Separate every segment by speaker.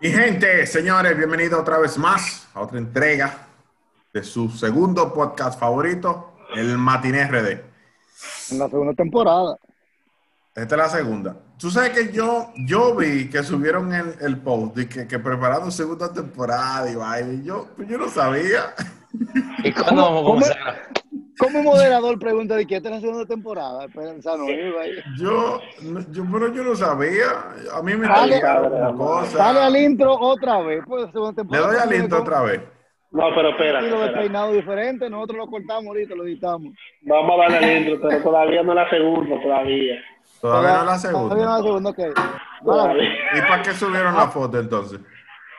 Speaker 1: gente, señores, bienvenidos otra vez más a otra entrega de su segundo podcast favorito, el Matiné RD.
Speaker 2: En la segunda temporada.
Speaker 1: Esta es la segunda. Tú sabes que yo, yo vi que subieron el, el post y que, que prepararon segunda temporada y vaina, y yo, pues yo no sabía.
Speaker 3: ¿Y cuándo vamos a comenzar?
Speaker 2: Como moderador pregunta de qué esta es la segunda temporada? Esperanza no iba ahí.
Speaker 1: Yo, no- yo, pero yo no sabía. A mí me
Speaker 2: Dale,
Speaker 1: tocaron
Speaker 2: Dale al
Speaker 1: cosas.
Speaker 2: intro otra vez, pues segunda
Speaker 1: Le
Speaker 2: temporada.
Speaker 1: doy al
Speaker 2: Tiene
Speaker 1: intro
Speaker 2: como
Speaker 1: otra vez.
Speaker 4: No, pero
Speaker 2: Un estilo de
Speaker 4: espera.
Speaker 2: peinado diferente, nosotros lo cortamos ahorita, lo editamos.
Speaker 4: Vamos a darle adentro, pero todavía no la segunda, todavía.
Speaker 1: Todavía no es la
Speaker 2: Todavía no
Speaker 1: segunda.
Speaker 2: es la segunda, ok. Dale.
Speaker 4: Todavía.
Speaker 1: ¿Y para qué subieron la foto entonces?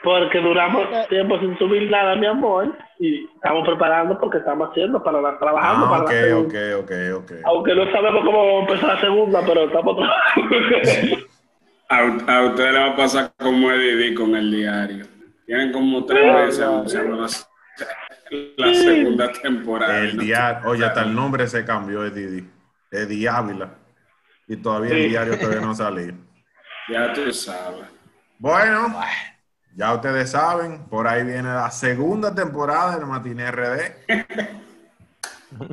Speaker 4: Porque duramos tiempo sin subir nada, mi amor, y estamos preparando porque estamos haciendo para la- trabajando
Speaker 1: Ah,
Speaker 4: para
Speaker 1: ok,
Speaker 4: la segunda.
Speaker 1: ok, ok, ok.
Speaker 4: Aunque no sabemos cómo vamos a empezar la segunda, pero estamos trabajando.
Speaker 5: A, u- a usted le va a pasar como Eddie D con el diario. Tienen como tres veces anunciando la, se- la segunda temporada.
Speaker 1: El
Speaker 5: ¿no?
Speaker 1: diario, oye, hasta el nombre se cambió, es Didi. Eddie Ávila. Y todavía el
Speaker 4: Sí.
Speaker 1: diario todavía no ha salido.
Speaker 5: Ya tú sabes.
Speaker 1: Bueno, ya ustedes saben, por ahí viene la segunda temporada del Matiné RD.
Speaker 2: No,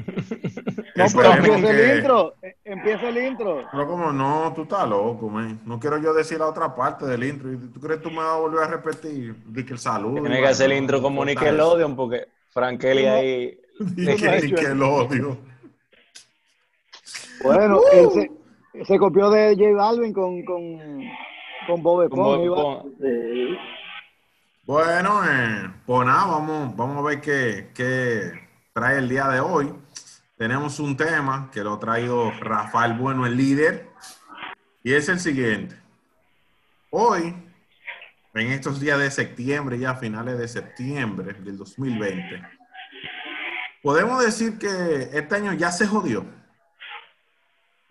Speaker 2: pero
Speaker 1: Esperemos
Speaker 2: empieza
Speaker 1: que-
Speaker 2: el intro. eh, Empieza el intro.
Speaker 1: Pero como no, tú estás loco, man. No quiero yo decir la otra parte del intro. ¿Y ¿Tú crees que tú me vas a volver a repetir? Di que el saludo.
Speaker 3: Tiene que hacer el intro como Nickelodeon porque Frankeli ahí.
Speaker 1: Di
Speaker 2: no
Speaker 1: que
Speaker 2: has hecho
Speaker 1: Nickelodeon.
Speaker 2: Bueno, él se, se copió de J Balvin con, con, con Bob
Speaker 3: con Bob
Speaker 2: Esponja, iba-
Speaker 3: Esponja.
Speaker 4: Sí.
Speaker 1: Bueno, eh, pues nada, vamos, vamos a ver qué, qué trae el día de hoy. Tenemos un tema que lo ha traído Rafael Bueno, el líder, y es el siguiente. Hoy, en estos días de septiembre, ya finales de septiembre del 2020, podemos decir que este año ya se jodió.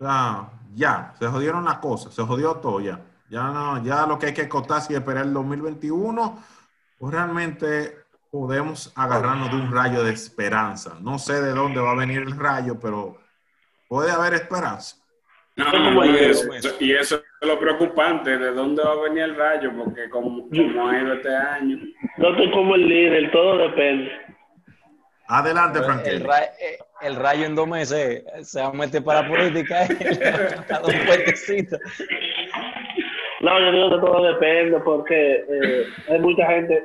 Speaker 1: O sea, ya, se jodieron las cosas, se jodió todo ya. Ya no, ya lo que hay que cortar si esperar el 2021, pues realmente podemos agarrarnos de un rayo de esperanza. No sé de dónde va a venir el rayo, pero puede haber esperanza.
Speaker 5: No,
Speaker 4: Pero
Speaker 5: no,
Speaker 4: bueno,
Speaker 5: y, eso, y eso es lo preocupante, de dónde va a venir el rayo, porque como, como ha ido este año.
Speaker 4: No estoy como el líder, todo depende.
Speaker 1: Adelante,
Speaker 3: El,
Speaker 1: Franklin.
Speaker 3: ra- eh, el rayo en dos meses eh, se va a meter para la política. eh, le va a dar un puentecito.
Speaker 4: No, yo digo que todo depende porque eh, hay mucha gente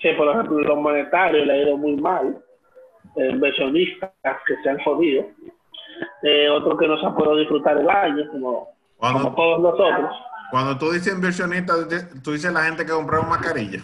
Speaker 4: que, por ejemplo, los monetarios le ha ido muy mal, eh, inversionistas que se han jodido, eh, otros que no se han podido disfrutar el año, como, como
Speaker 1: Cuando,
Speaker 4: todos nosotros.
Speaker 1: cuando tú dices inversionista, tú dices- tú dices la gente que compraron mascarilla.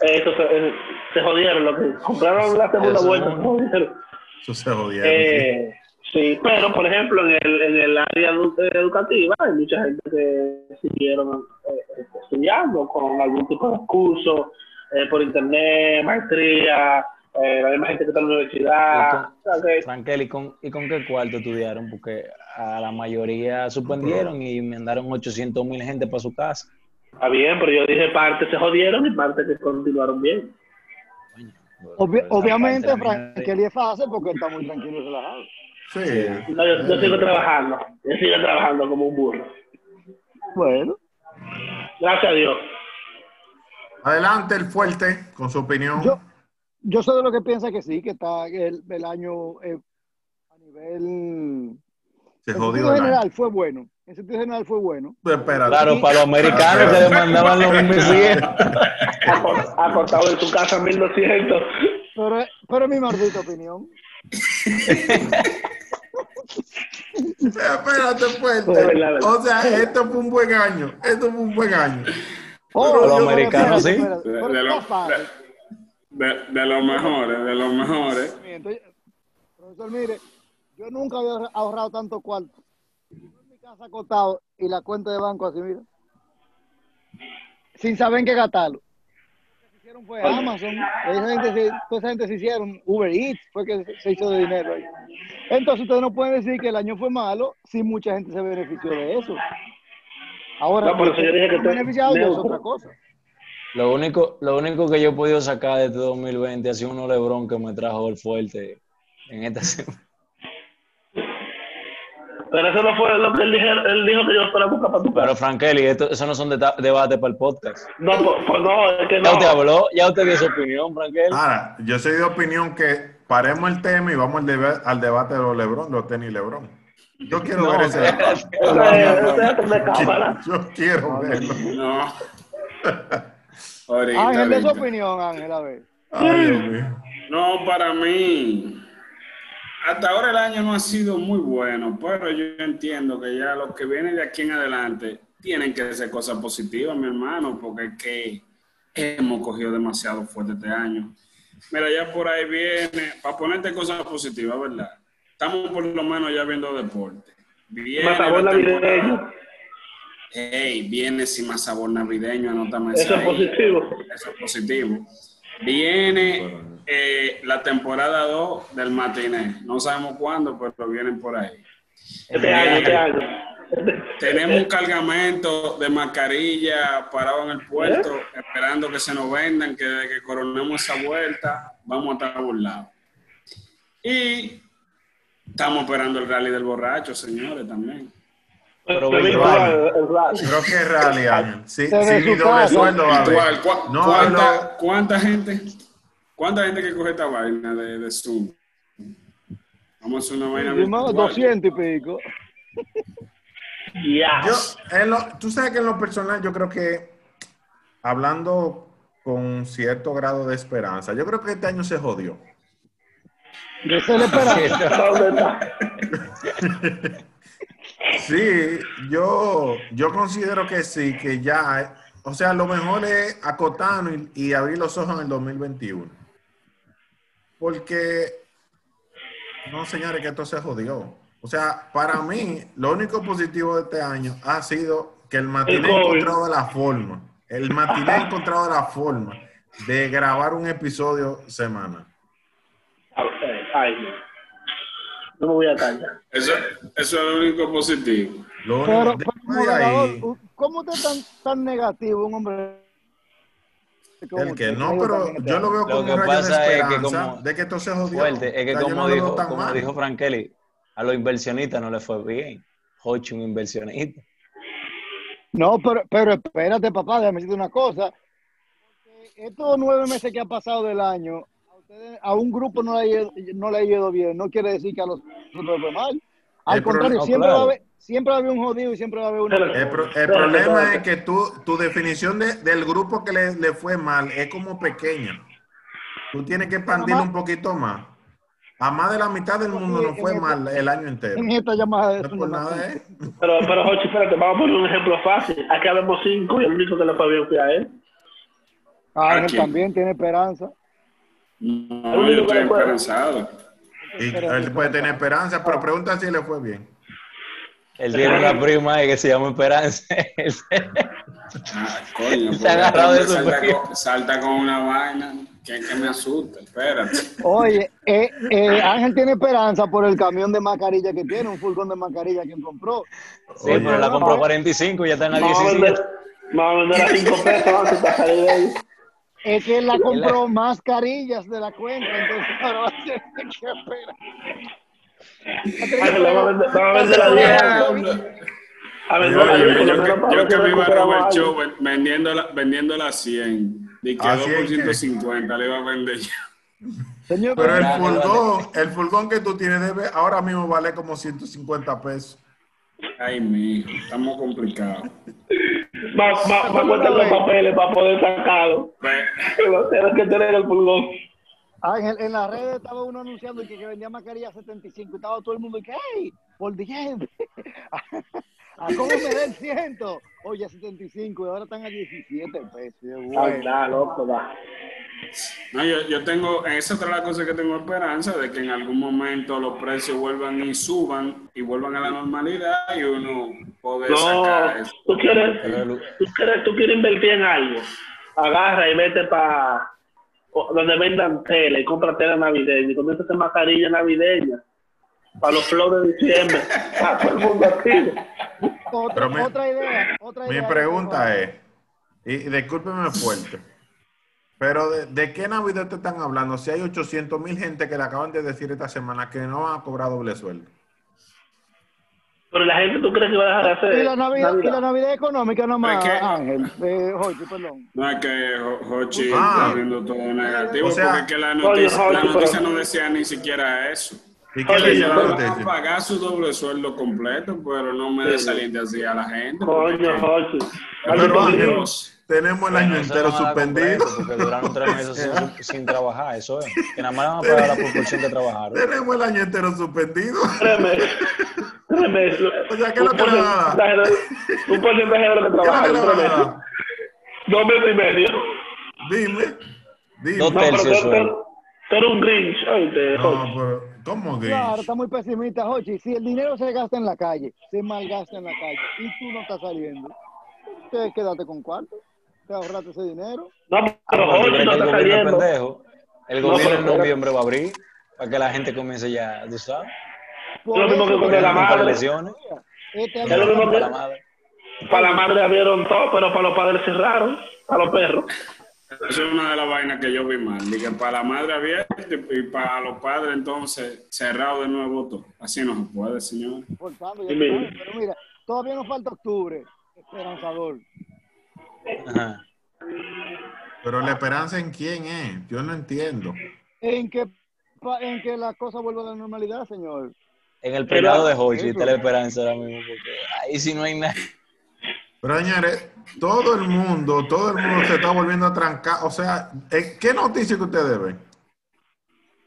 Speaker 4: Eh, eso se, eh, se jodieron, los que compraron la segunda
Speaker 3: Eso
Speaker 4: vuelta
Speaker 3: no.
Speaker 4: se jodieron.
Speaker 1: Eso se jodieron.
Speaker 4: Eh, sí, pero por ejemplo, en el, en el área edu- eh, educativa hay mucha gente que siguieron eh, estudiando con algún tipo de curso eh, por internet, maestría, eh, la misma gente que está en la universidad.
Speaker 3: Y
Speaker 4: O sea, que-
Speaker 3: Frankel, ¿y con, ¿y con qué cuarto estudiaron? Porque a la mayoría suspendieron y mandaron 800 mil gente para su casa.
Speaker 4: Está bien, pero yo dije parte se jodieron y parte que continuaron bien.
Speaker 2: Obvi-
Speaker 3: Esa
Speaker 2: obviamente,
Speaker 3: parte
Speaker 2: Frank,
Speaker 3: de-
Speaker 2: que él es fácil porque él está muy tranquilo y relajado.
Speaker 1: sí.
Speaker 4: No, yo, yo sigo trabajando, yo sigo trabajando como un burro.
Speaker 2: Bueno,
Speaker 4: Gracias a Dios.
Speaker 1: Adelante, el fuerte, con su opinión.
Speaker 2: yo, yo soy de lo que piensa que sí, que está el, el año eh, a nivel
Speaker 1: se
Speaker 2: En
Speaker 1: jodió el año.
Speaker 2: sentido
Speaker 1: Pues,
Speaker 2: general fue bueno. En sentido general fue bueno.
Speaker 1: Espérate.
Speaker 3: Claro, para los americanos que le mandaban los 1.100.
Speaker 4: Ha cor- Ha cortado en tu casa 1200.
Speaker 2: Pero, pero es mi maldita opinión.
Speaker 1: Espérate,
Speaker 4: Es
Speaker 1: fuerte.
Speaker 4: verdad, verdad.
Speaker 1: O sea, esto fue un buen año. Esto fue un buen año.
Speaker 2: Oh,
Speaker 3: los
Speaker 2: yo creo que-
Speaker 3: americanos, sí.
Speaker 2: espérate,
Speaker 5: De,
Speaker 2: pero
Speaker 5: de
Speaker 2: está
Speaker 5: lo,
Speaker 2: fácil.
Speaker 5: de, de- de los mejores, de los mejores.
Speaker 2: Entonces, profesor, mire, yo nunca había ahorrado tanto cuarto. Yo en mi casa acotado y la cuenta de banco así, mira. Sin saber en qué gastarlo. Lo que hicieron fue Amazon. Esa gente, se- toda esa gente se hicieron Uber Eats, fue que se hizo de dinero ahí. Entonces ustedes no pueden decir que el año fue malo si mucha gente se benefició de eso. Ahora,
Speaker 4: No, pero
Speaker 2: los
Speaker 4: yo dije que
Speaker 2: se han
Speaker 4: te-
Speaker 2: beneficiado ya es
Speaker 4: neutro.
Speaker 2: otra cosa.
Speaker 3: Lo único, lo único que yo he podido sacar de este 2020 ha sido un Lebron que me trajo el fuerte en esta semana.
Speaker 4: Pero eso no fue lo que él dijo, él dijo que yo fuera a buscar para tu
Speaker 3: Pero
Speaker 4: casa.
Speaker 3: Frankeli, esto, eso no son deta- debates para el podcast.
Speaker 4: No, pues pues no, es que
Speaker 3: Ya usted
Speaker 4: no.
Speaker 3: habló, ya usted dio su opinión, Frankeli.
Speaker 1: Ahora, yo soy de opinión que paremos el tema y vamos al, deba- al debate de los Lebron, los tenis Lebron. Yo quiero ver ese debate.
Speaker 4: Usted- usted es de cámara.
Speaker 1: Yo quiero verlo.
Speaker 5: No. Ahorita,
Speaker 2: Ángel, de su
Speaker 5: ahorita.
Speaker 2: opinión, Ángel, a ver.
Speaker 1: Ay, Dios mío.
Speaker 5: No, para mí, hasta ahora el año no ha sido muy bueno, pero yo entiendo que ya los que vienen de aquí en adelante tienen que hacer cosas positivas, mi hermano, porque es que hemos cogido demasiado fuerte este año. Mira, ya por ahí viene, para ponerte cosas positivas, ¿verdad? Estamos por lo menos ya viendo deporte. Viene
Speaker 4: Matabor
Speaker 5: la temporada.
Speaker 4: navideño.
Speaker 5: Hey, viene sin más sabor navideño, anótame
Speaker 4: Eso
Speaker 5: esa
Speaker 4: es
Speaker 5: ahí.
Speaker 4: positivo.
Speaker 5: Eso es positivo. Viene eh, la temporada 2 del matiné. No sabemos cuándo, pero vienen por ahí.
Speaker 4: Este año, este año.
Speaker 5: Tenemos un cargamento de mascarilla parado en el
Speaker 4: ¿Eh?
Speaker 5: puerto, esperando que se nos vendan, que desde que coronemos esa vuelta, vamos a estar burlados. Y estamos esperando el rally del borracho, señores, también.
Speaker 3: Pero
Speaker 4: Yo vi
Speaker 1: Virtual.
Speaker 4: jugar el rally.
Speaker 1: Pero qué rally, Ángel. Sí,
Speaker 2: Se ve
Speaker 1: sí,
Speaker 2: su
Speaker 1: doble
Speaker 2: casa.
Speaker 1: sueldo va a haber.
Speaker 5: Virtual, ¿cu-
Speaker 1: No
Speaker 5: cuánta,
Speaker 1: hablo-
Speaker 5: cuánta gente? ¿Cuánta gente que coge esta vaina de, de Zoom? Vamos a hacer una vaina
Speaker 2: Encima,
Speaker 5: virtual.
Speaker 2: 200 y pico.
Speaker 4: Ya.
Speaker 1: Yo, en lo- tú sabes que en lo personal yo creo que, hablando con cierto grado de esperanza, yo creo que este año se jodió.
Speaker 2: Yo se le esperaba.
Speaker 4: ¿Dónde está?
Speaker 1: Sí, yo, yo considero que sí, que ya, eh, o sea, lo mejor es acotarnos y, y abrir los ojos en el 2021. Porque, no señores, que esto se jodió. O sea, para mí, lo único positivo de este año ha sido que el matiné ha
Speaker 4: El COVID.
Speaker 1: encontrado la forma, el matiné ha encontrado la forma de grabar un episodio semana.
Speaker 4: Ay, no. No me voy a callar.
Speaker 5: Eso, eso es lo único positivo.
Speaker 1: Lo único-
Speaker 2: Pero, pero,
Speaker 1: después de
Speaker 2: moderador,
Speaker 1: ahí-
Speaker 2: ¿cómo usted es tan, tan negativo, un hombre? como
Speaker 1: El que
Speaker 2: usted?
Speaker 1: no, pero yo lo veo
Speaker 3: Lo
Speaker 1: como un
Speaker 3: que
Speaker 1: rayo de
Speaker 3: pasa es que
Speaker 1: esperanza
Speaker 3: como-
Speaker 1: de que esto se jodió.
Speaker 3: Fuerte, es que
Speaker 1: O sea, yo no
Speaker 3: como
Speaker 1: lo veo
Speaker 3: dijo,
Speaker 1: tan
Speaker 3: como
Speaker 1: mal.
Speaker 3: dijo Frankeli, a los inversionistas no le fue bien. Hochi un inversionista.
Speaker 2: No, pero, pero espérate, papá, déjame decirte una cosa. Porque Estos nueve meses que han pasado del año, a, ustedes- a un grupo no le, ha ido, no le ha ido bien. No quiere decir que a los otros les fue mal. Al
Speaker 1: El
Speaker 2: contrario,
Speaker 3: problema-
Speaker 2: siempre,
Speaker 3: claro.
Speaker 2: va a haber, siempre va a haber un jodido y siempre va a haber uno.
Speaker 4: Pero-
Speaker 1: El, pro- el
Speaker 4: Espérate,
Speaker 1: problema
Speaker 4: espérate.
Speaker 1: es que tú, tu definición de- del grupo que le, le fue mal es como pequeña. Tú tienes que expandirlo
Speaker 2: más-
Speaker 1: un poquito más. A más de la mitad del mundo no
Speaker 2: en
Speaker 1: fue
Speaker 2: esta-
Speaker 1: mal el año entero.
Speaker 2: En esta llamada de
Speaker 1: No es por nada, ¿eh?
Speaker 4: Pero, pero, Jochi, espérate, vamos a poner un ejemplo fácil. Aquí habemos cinco y el único que le fue bien fue a él.
Speaker 2: Ah,
Speaker 5: Aquí.
Speaker 2: él también tiene esperanza.
Speaker 5: No, yo estoy esperanzado.
Speaker 1: Y él puede tener esperanza, pero pregunta si le fue bien.
Speaker 3: Él tiene una prima ahí que se llama Esperanza.
Speaker 5: Ah, coño,
Speaker 3: Se ha agarrado pues. de su
Speaker 5: salta,
Speaker 3: primo.
Speaker 5: con, salta con una vaina que, que me asusta. Espérate.
Speaker 2: Oye, eh, eh, Ángel tiene esperanza por el camión de mascarilla que tiene, un furgón de mascarilla que compró.
Speaker 3: Sí,
Speaker 1: Oye.
Speaker 3: pero la compró a 45 y ya está en la
Speaker 4: Vamos a
Speaker 3: 17.
Speaker 4: vender, vamos a vender a cinco pesos antes para salir de ahí.
Speaker 2: Es que él la compró mascarillas de la cuenta, entonces ahora va a tener que esperar.
Speaker 4: Ángel, vamos a vender, vamos a vender a diez. A vender a
Speaker 5: Yo,
Speaker 4: diez, por lo
Speaker 5: yo
Speaker 4: menos
Speaker 5: que,
Speaker 4: para
Speaker 5: yo
Speaker 4: ver si
Speaker 5: que me iba a
Speaker 4: recuperamos
Speaker 5: robar el
Speaker 4: algo.
Speaker 5: show vendiendo la, vendiendo la 100. Di que
Speaker 1: ¿A
Speaker 5: 2
Speaker 1: 100
Speaker 5: por
Speaker 1: qué?
Speaker 5: 150 le iba a vender yo.
Speaker 2: Señor,
Speaker 1: Pero el
Speaker 3: Dale, dale.
Speaker 1: furgón, el furgón que tú tienes debe ahora mismo vale como 150 pesos.
Speaker 5: Ay, mijo, estamos complicados.
Speaker 4: Va, va, va a contar los papeles para poder sacarlo.
Speaker 5: Ve-
Speaker 4: Pero tienes que tener el pulgón.
Speaker 2: Ángel, en las redes estaba uno anunciando que, que vendía mascarilla a 75 y estaba todo el mundo y que, ¡hey! Por 10. ¿A cómo me da el ciento? Oye, a 75 y ahora están a 17 pesos. Qué
Speaker 4: Ay,
Speaker 2: Bueno.
Speaker 4: nada, loco, va.
Speaker 5: No, yo, yo tengo, esa es otra de las cosas que tengo esperanza, de que en algún momento los precios vuelvan y suban y vuelvan a la normalidad y uno poder sacar
Speaker 4: No,
Speaker 5: eso.
Speaker 4: tú quieres,
Speaker 3: Pero,
Speaker 4: tú quieres, tú quieres invertir en algo, agarra y vete para donde vendan tele, y compra tele navideña, y comienza a hacer mascarilla navideña para los flows de diciembre. Ah, todo el mundo activo.
Speaker 2: Otra,
Speaker 1: Pero mi-
Speaker 2: otra idea. Otra
Speaker 1: Mi
Speaker 2: idea
Speaker 1: pregunta es, y y discúlpeme fuerte, pero de, de qué Navidad te están hablando? Si hay 800 mil gente que le acaban de decir esta semana que no van a cobrar doble sueldo.
Speaker 4: Pero la gente, ¿tú crees que va a dejar de hacer?
Speaker 2: Y la Navidad, y la Navidad económica nomás,
Speaker 5: Es que-
Speaker 2: Ángel. Eh, Jorge, perdón.
Speaker 5: No es que Jo- Jochi
Speaker 1: Ah.
Speaker 5: está viendo todo negativo,
Speaker 1: O sea,
Speaker 5: porque es que la
Speaker 4: Oye,
Speaker 5: noticia, la
Speaker 4: Jochi,
Speaker 5: noticia
Speaker 4: pero-
Speaker 5: no decía ni siquiera eso.
Speaker 1: ¿Y qué
Speaker 4: Oye,
Speaker 1: le dice la
Speaker 4: pero-
Speaker 5: Van a
Speaker 1: noticia?
Speaker 5: pagar su doble sueldo completo, pero no me de salir así a la gente.
Speaker 4: Coño,
Speaker 5: porque-
Speaker 4: Jorge.
Speaker 1: Pero
Speaker 5: Ay,
Speaker 1: Ángel,
Speaker 5: Dios.
Speaker 1: tenemos el año
Speaker 3: Bueno, eso
Speaker 1: entero
Speaker 3: no me da
Speaker 1: suspendido.
Speaker 3: completo, Porque duraron tres meses sin, sin trabajar, eso es. Que nada más van a pagar la proporción Ah, que trabajaron.
Speaker 1: Tenemos el año entero suspendido.
Speaker 4: Créeme. Créeme.
Speaker 1: O sea, ¿qué es lo
Speaker 4: un
Speaker 1: que le va a
Speaker 4: porcentaje de- Un porcentaje de lo que trabaja.
Speaker 1: ¿Qué es lo que le va a
Speaker 4: créeme.
Speaker 1: dar?
Speaker 4: Dos meses y medio.
Speaker 1: Dime,
Speaker 3: Dos
Speaker 4: No,
Speaker 1: dime.
Speaker 3: te-
Speaker 4: pero
Speaker 3: Tercio
Speaker 4: tú-
Speaker 3: sueldo.
Speaker 4: tú- tú eres un grinch, oíste,
Speaker 1: eh. No,
Speaker 4: Jorge.
Speaker 1: pero, ¿cómo que?
Speaker 2: Claro, está muy pesimista, Jorge. Si el dinero se gasta en la calle, se malgasta en la calle y tú no estás saliendo, te quédate con cuarto, te ahorraste ese dinero.
Speaker 1: Ah,
Speaker 4: No,
Speaker 3: Porque
Speaker 4: pero Jorge
Speaker 3: creen
Speaker 4: no
Speaker 3: que el gobierno es
Speaker 4: está saliendo.
Speaker 3: pendejo. El
Speaker 4: No,
Speaker 3: gobierno en
Speaker 4: pero-
Speaker 3: noviembre va a abrir para que la gente comience ya, tú sabes.
Speaker 2: Por
Speaker 4: Lo mismo que
Speaker 2: eso,
Speaker 4: con Pues De la
Speaker 3: Con
Speaker 4: madre.
Speaker 3: elecciones.
Speaker 2: este
Speaker 4: Ya lo
Speaker 2: año,
Speaker 4: mismo que-
Speaker 3: Para la madre.
Speaker 4: Para la madre abrieron todo, pero para los padres cerraron. Para los perros.
Speaker 5: Eso es una de las vainas que yo vi mal. Dije, para la madre abierta y para los padres, entonces cerrado de nuevo todo. Así no se puede, señor.
Speaker 2: forzando, ya
Speaker 4: Dime.
Speaker 2: tú sabes, pero mira, todavía nos falta octubre, esperanzador.
Speaker 3: Ajá.
Speaker 1: Pero la esperanza en quién es? Yo no entiendo.
Speaker 2: En que, pa- en que las cosas vuelvan a la normalidad, señor.
Speaker 3: En el peinado de
Speaker 2: Pero-
Speaker 3: Hochi está la esperanza ahora mismo, porque ahí sí no hay nada.
Speaker 1: Pero señores, todo el mundo, todo el mundo se está volviendo a trancar. O sea, ¿eh, ¿qué noticia que ustedes ven?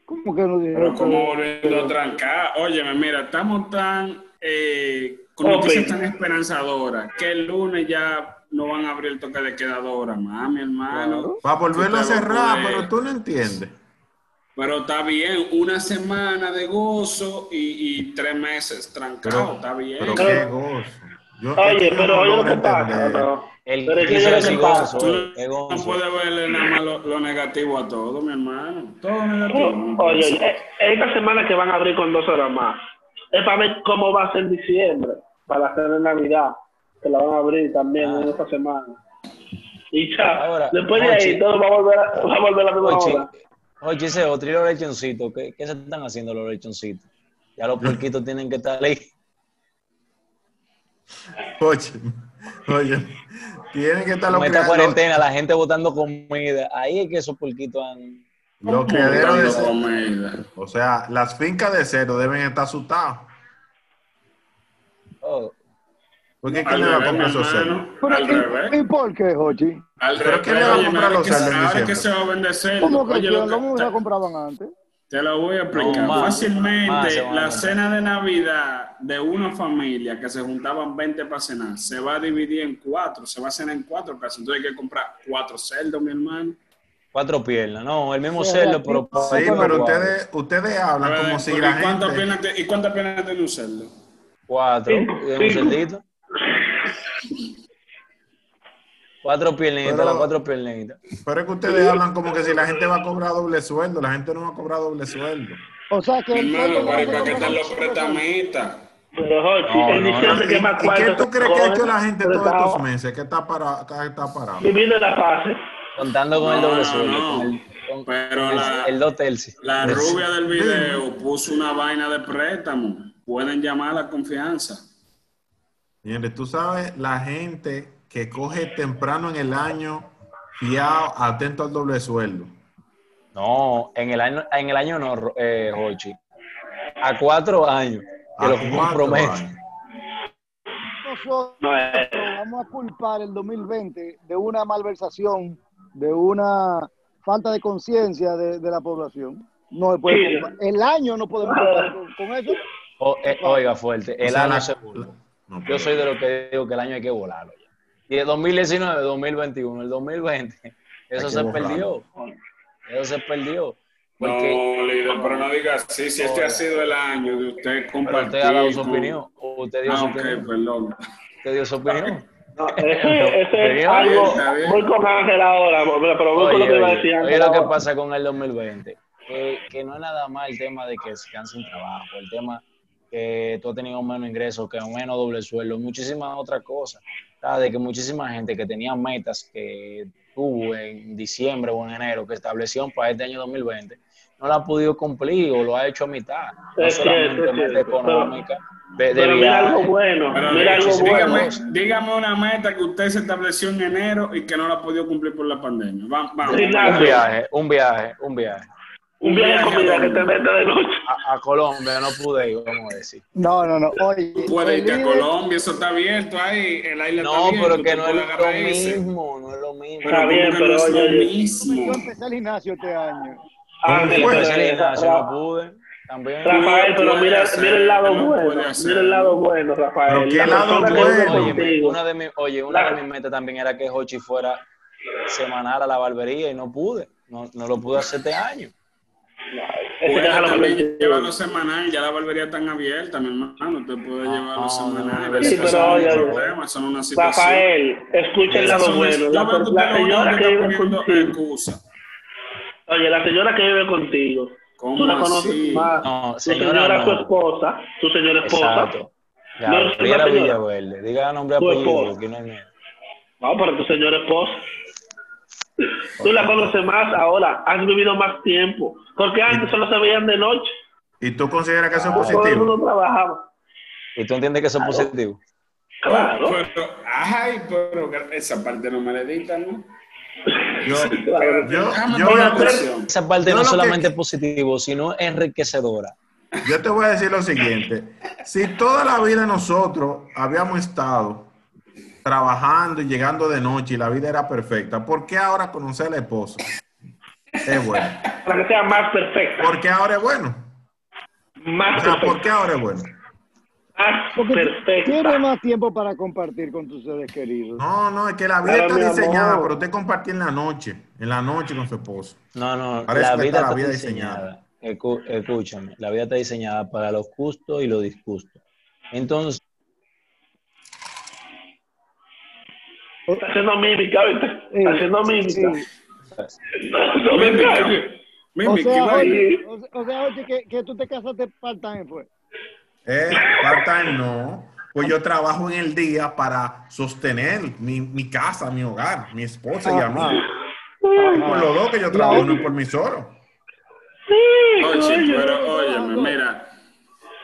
Speaker 2: ¿Cómo que no
Speaker 5: Pero
Speaker 2: dijeron?
Speaker 5: como
Speaker 2: que-
Speaker 5: volviendo a trancar, óyeme, mira, estamos tan eh, con
Speaker 4: Open.
Speaker 5: noticias tan esperanzadoras que el lunes ya no van a abrir el toque de quedadora, mami, hermano.
Speaker 1: Para volverlo a
Speaker 5: Tú te lo
Speaker 1: cerrar,
Speaker 5: puedes.
Speaker 1: pero tú no entiendes.
Speaker 5: Pero está bien, una semana de gozo y, y tres meses trancado, está bien.
Speaker 1: Pero
Speaker 4: Pero-
Speaker 1: qué gozo. Yo- yo
Speaker 4: Oye, pero
Speaker 1: Este no eh.
Speaker 4: oye lo
Speaker 1: logro
Speaker 4: que pasa.
Speaker 1: entender.
Speaker 4: ¿no?
Speaker 3: El
Speaker 4: Pero es que
Speaker 3: dice
Speaker 4: yo
Speaker 3: que
Speaker 4: lo que
Speaker 3: sí,
Speaker 4: pasa-
Speaker 3: Gonzo, eh, es
Speaker 5: no
Speaker 3: Gonzo.
Speaker 5: puede verle nada más lo, lo negativo a todo, mi hermano. Todo negativo.
Speaker 4: Oye, Oye, eh, esta semana que van a abrir con dos horas más, es para ver cómo va a ser diciembre, para la cena de Navidad, que la van a abrir también
Speaker 3: Ah.
Speaker 4: en esta semana. Y ya,
Speaker 3: Ahora,
Speaker 4: después de ahí
Speaker 3: Monchi.
Speaker 4: todo va a volver a, va a, volver a la misma
Speaker 3: Hochi,
Speaker 4: hora.
Speaker 3: Hochi, ese otro y los lechoncitos, ¿qué, qué se están haciendo los lechoncitos? Ya los porquitos tienen que estar ahí.
Speaker 1: Oye, oye, tienen que estar los
Speaker 3: Con esta
Speaker 1: criaderos,
Speaker 3: cuarentena, la gente botando comida. Ahí es que esos porquitos han...
Speaker 1: los criaderos de
Speaker 5: Dando
Speaker 1: cerdo.
Speaker 5: comida.
Speaker 1: O sea, las fincas de cerdo deben estar asustadas.
Speaker 3: Oh,
Speaker 1: Porque ¿quién
Speaker 5: Al
Speaker 1: le va a
Speaker 5: revés, mi
Speaker 1: comprar esos cerdos?
Speaker 5: hermano.
Speaker 2: Pero
Speaker 5: Al
Speaker 2: ¿y-
Speaker 5: revés.
Speaker 2: ¿Y por qué, Jochi?
Speaker 5: Al
Speaker 1: Pero
Speaker 5: revés,
Speaker 1: ¿quién le va a
Speaker 5: oye,
Speaker 1: comprar
Speaker 5: ahora
Speaker 1: los
Speaker 5: que se-
Speaker 1: cerdos en
Speaker 5: ahora
Speaker 1: diciembre?
Speaker 5: que se va a vender cerdo,
Speaker 2: ¿Cómo que
Speaker 5: oye, lo
Speaker 2: yo
Speaker 5: que-
Speaker 2: no me
Speaker 5: te,
Speaker 2: la compraban antes?
Speaker 5: te lo voy a explicar.
Speaker 3: No, más,
Speaker 5: Fácilmente,
Speaker 3: más se van a
Speaker 5: la
Speaker 3: vender.
Speaker 5: cena de Navidad de una familia que se juntaban 20 para cenar se va a dividir en cuatro, se va a cenar en cuatro pesos. Entonces hay que comprar cuatro cerdos, mi hermano.
Speaker 3: cuatro piernas, no, el mismo
Speaker 2: Sí,
Speaker 3: cerdo,
Speaker 2: sí,
Speaker 3: pero...
Speaker 1: Sí,
Speaker 2: Bueno,
Speaker 1: pero
Speaker 3: cuatro.
Speaker 1: ustedes, ustedes hablan Ah, como
Speaker 5: Pero,
Speaker 1: si
Speaker 5: ¿y
Speaker 1: la
Speaker 5: cuántas
Speaker 1: gente...
Speaker 5: piernas te- ¿Y cuántas penas tiene un cerdo?
Speaker 3: Cuatro,
Speaker 4: Cinco,
Speaker 3: y un
Speaker 4: cinco.
Speaker 3: cerdito. Cuatro piernitas,
Speaker 1: Pero-
Speaker 3: las cuatro piernitas.
Speaker 1: Pero es que ustedes hablan como que si la gente va a cobrar doble sueldo, la gente no va a cobrar doble sueldo.
Speaker 2: O sea que... el
Speaker 5: Hermano,
Speaker 2: pueblo no se
Speaker 5: pero ¿para qué
Speaker 2: compra
Speaker 5: están los
Speaker 2: con-
Speaker 5: prestamistas?
Speaker 4: Pero Jorge,
Speaker 3: No,
Speaker 4: en
Speaker 3: no,
Speaker 4: diciembre
Speaker 1: ¿Y,
Speaker 4: que más
Speaker 1: y qué
Speaker 4: cuarto
Speaker 1: tú crees que ha hecho la gente
Speaker 4: Pero
Speaker 1: todos estos
Speaker 4: está
Speaker 1: meses? Que está parado, que está parado.
Speaker 4: Viviendo la fase.
Speaker 3: Contando con el
Speaker 5: No,
Speaker 3: doble
Speaker 5: no,
Speaker 3: sueldo,
Speaker 5: no.
Speaker 3: con el, con-
Speaker 5: Pero
Speaker 3: con el-
Speaker 5: la-
Speaker 3: el dos tercios.
Speaker 5: La rubia del video puso una vaina de préstamo. Pueden llamar a la confianza.
Speaker 1: Señores, tú sabes, la gente que coge temprano en el año fiado, atento al doble sueldo.
Speaker 3: No, en el año, en el año no, Ro- eh, Jochi. A cuatro años. Que
Speaker 1: A
Speaker 3: lo
Speaker 1: cuatro
Speaker 3: compromete.
Speaker 1: años.
Speaker 2: Nosotros
Speaker 4: No, eh,
Speaker 2: vamos a culpar el 2020 de una malversación, de una falta de conciencia de, de la población. No se puede
Speaker 4: Sí.
Speaker 2: culpar. El año no podemos culpar con, con eso.
Speaker 3: O- eh, oiga, fuerte.
Speaker 1: O
Speaker 3: El
Speaker 1: sea,
Speaker 3: año
Speaker 1: la-
Speaker 3: seguro.
Speaker 1: no, pero-
Speaker 3: Yo soy de los que digo que el año hay que volarlo ya. Y el 2019, 2021, el 2020, eso
Speaker 1: que
Speaker 3: se
Speaker 1: borrarlo.
Speaker 3: perdió. Eso se perdió. Porque
Speaker 5: No, líder, pero no diga así. Si este
Speaker 3: Oye.
Speaker 5: ha sido el año de usted
Speaker 3: pero
Speaker 5: compartir.
Speaker 3: usted ha dado su
Speaker 5: con-
Speaker 3: opinión. Usted dio
Speaker 5: Ah,
Speaker 3: su
Speaker 5: ok,
Speaker 3: opinión.
Speaker 5: perdón.
Speaker 3: Usted dio su opinión.
Speaker 4: no, ese, ese es
Speaker 3: Bien,
Speaker 4: algo.
Speaker 5: está bien.
Speaker 4: Voy con Ángel ahora, pero voy con lo
Speaker 3: Oye,
Speaker 4: que iba a
Speaker 3: oye,
Speaker 4: decir
Speaker 3: oye
Speaker 4: Ángel
Speaker 3: lo que
Speaker 4: ahora.
Speaker 3: pasa con el 2020, que, que no es nada más el tema de que se cansen trabajo, el tema que tú has tenido menos ingresos, que menos doble sueldo, muchísimas otras cosas. ¿sabes? De que muchísima gente que tenía metas que tuvo en diciembre o en enero, que establecieron para este año 2020, no la ha podido cumplir o lo ha hecho a mitad. No
Speaker 4: Es cierto,
Speaker 3: solamente
Speaker 4: es
Speaker 3: meta
Speaker 4: cierto, pero-
Speaker 3: económica, de, de
Speaker 4: Pero mira
Speaker 3: viaje.
Speaker 4: algo bueno,
Speaker 5: Pero
Speaker 4: mira algo
Speaker 5: dígame,
Speaker 4: bueno.
Speaker 5: dígame una meta que usted se estableció en enero y que no la ha podido cumplir por la pandemia. Va- Vamos.
Speaker 4: Sí, nada.
Speaker 3: Un viaje, un viaje, un viaje.
Speaker 4: Un viaje de comida que te meta de noche.
Speaker 3: A, a Colombia no pude ir, vamos a decir.
Speaker 2: No, no, no. Oye,
Speaker 5: Puede
Speaker 2: el
Speaker 5: irte a
Speaker 2: líder-
Speaker 5: Colombia, eso está abierto ahí, el aire está
Speaker 3: No,
Speaker 5: abierto.
Speaker 3: pero que
Speaker 5: tú
Speaker 3: no
Speaker 5: puedes
Speaker 3: es lo
Speaker 5: agarrar ese.
Speaker 3: mismo, no es lo mismo.
Speaker 5: Pero
Speaker 4: Está bien,
Speaker 5: ¿cómo que no es
Speaker 4: pero
Speaker 5: lo
Speaker 4: oye,
Speaker 5: mismo.
Speaker 2: Yo empecé el gimnasio este año.
Speaker 4: Ah,
Speaker 1: Bueno,
Speaker 4: sí,
Speaker 1: pues,
Speaker 4: pero-
Speaker 3: Empecé el gimnasio, no
Speaker 4: Ra-
Speaker 3: pude. También.
Speaker 4: Rafael, pero
Speaker 5: puede
Speaker 4: mira,
Speaker 5: hacer,
Speaker 4: mira el lado
Speaker 5: no
Speaker 4: bueno,
Speaker 5: puede hacer.
Speaker 4: mira el lado bueno,
Speaker 1: Pero
Speaker 4: Rafael.
Speaker 1: qué
Speaker 4: La
Speaker 1: lado
Speaker 4: persona que vive
Speaker 1: bueno.
Speaker 3: Oye, mi-
Speaker 4: contigo.
Speaker 3: una de mis, oye, una de
Speaker 4: Claro.
Speaker 3: mis metas también era que Hochi fuera semanal a la barbería y no pude. No, no lo pude hacer este año.
Speaker 4: Ese
Speaker 5: Bueno,
Speaker 4: carajo lo
Speaker 5: también
Speaker 4: que-
Speaker 5: llévalo semanal, ya la barbería están abierta, mi hermano. Usted puede
Speaker 3: Ah,
Speaker 5: llevarlo
Speaker 3: no,
Speaker 5: semanal.
Speaker 3: no,
Speaker 5: a ver
Speaker 4: sí,
Speaker 5: si
Speaker 4: pero
Speaker 5: eso no es
Speaker 4: oye,
Speaker 5: un
Speaker 4: oye.
Speaker 5: problema, eso no es una situación.
Speaker 4: Rafael, escucha el
Speaker 5: Esas
Speaker 4: lado
Speaker 5: son-
Speaker 4: bueno.
Speaker 5: yo
Speaker 4: La,
Speaker 5: veo que
Speaker 4: per-
Speaker 5: usted
Speaker 4: la
Speaker 5: lo único
Speaker 4: señora
Speaker 5: que
Speaker 4: que
Speaker 5: está
Speaker 4: vive
Speaker 5: poniendo eh,
Speaker 4: contigo,
Speaker 5: excusa.
Speaker 4: oye, la señora que vive contigo,
Speaker 5: ¿Cómo
Speaker 4: tú la
Speaker 5: así?
Speaker 4: conoces más.
Speaker 3: No,
Speaker 4: tu
Speaker 3: señora,
Speaker 4: señora, tu
Speaker 3: no.
Speaker 4: esposa, tu señora esposa.
Speaker 3: Exacto.
Speaker 4: No, no,
Speaker 3: Gabriela
Speaker 4: señora.
Speaker 3: Villaverde. Diga nombre y
Speaker 4: Tu
Speaker 3: apellido,
Speaker 4: esposa.
Speaker 3: que no hay miedo.
Speaker 4: No, pero tu señora esposa. Tú la conoces más ahora, has vivido más tiempo. Porque antes solo se veían de noche,
Speaker 1: ¿Y tú consideras que eso es
Speaker 4: todo el
Speaker 1: positivo?
Speaker 4: mundo trabajaba.
Speaker 3: ¿Y tú entiendes que eso es positivo?
Speaker 4: Claro.
Speaker 5: Pero, ay, pero esa parte no me la editan, ¿no?
Speaker 1: Yo,
Speaker 4: Claro.
Speaker 1: yo,
Speaker 5: Déjame
Speaker 1: yo voy
Speaker 5: poner
Speaker 1: a hacer-
Speaker 5: presión.
Speaker 3: Esa parte
Speaker 1: Yo
Speaker 3: no
Speaker 1: lo que-
Speaker 3: solamente es positivo, sino enriquecedora.
Speaker 1: Yo te voy a decir lo siguiente. Si toda la vida nosotros habíamos estado trabajando y llegando de noche y la vida era perfecta, ¿por qué ahora conocer al esposo es bueno?
Speaker 4: Para que sea más perfecta.
Speaker 1: ¿Por qué ahora es bueno? O
Speaker 4: Más
Speaker 1: sea, ¿por
Speaker 4: perfecta.
Speaker 1: qué ahora es bueno?
Speaker 4: Más
Speaker 2: Porque tiene
Speaker 4: perfecta.
Speaker 2: más tiempo para compartir con tus seres queridos.
Speaker 1: No, no, es que la vida
Speaker 4: Claro, mi
Speaker 1: está
Speaker 4: amor.
Speaker 1: diseñada, pero usted compartir en la noche, en la noche con su esposo.
Speaker 3: No, no,
Speaker 1: Parece
Speaker 3: la
Speaker 1: que
Speaker 3: vida
Speaker 1: está
Speaker 3: está
Speaker 1: la vida
Speaker 3: diseñada. Escu- Escúchame, la vida está diseñada para los justos y los disgustos. Entonces,
Speaker 4: Está haciendo mímica ahorita.
Speaker 2: Sí,
Speaker 4: Está haciendo mímica.
Speaker 2: Eh, sí.
Speaker 4: No, no me
Speaker 5: Mímica.
Speaker 4: engañes.
Speaker 2: O
Speaker 5: Mimi, ¿qué
Speaker 2: sea,
Speaker 5: va a ir?
Speaker 2: oye, o sea- o sea, oye, que, que tú te casaste pues. part-time, fue.
Speaker 1: Eh, part-time no. Pues yo trabajo en el día para sostener mi, mi casa, mi hogar, mi esposa y a mí. Por los dos que yo trabajo, no es por mí solo.
Speaker 5: Oye,
Speaker 4: Oye,
Speaker 5: pero óyeme, mira,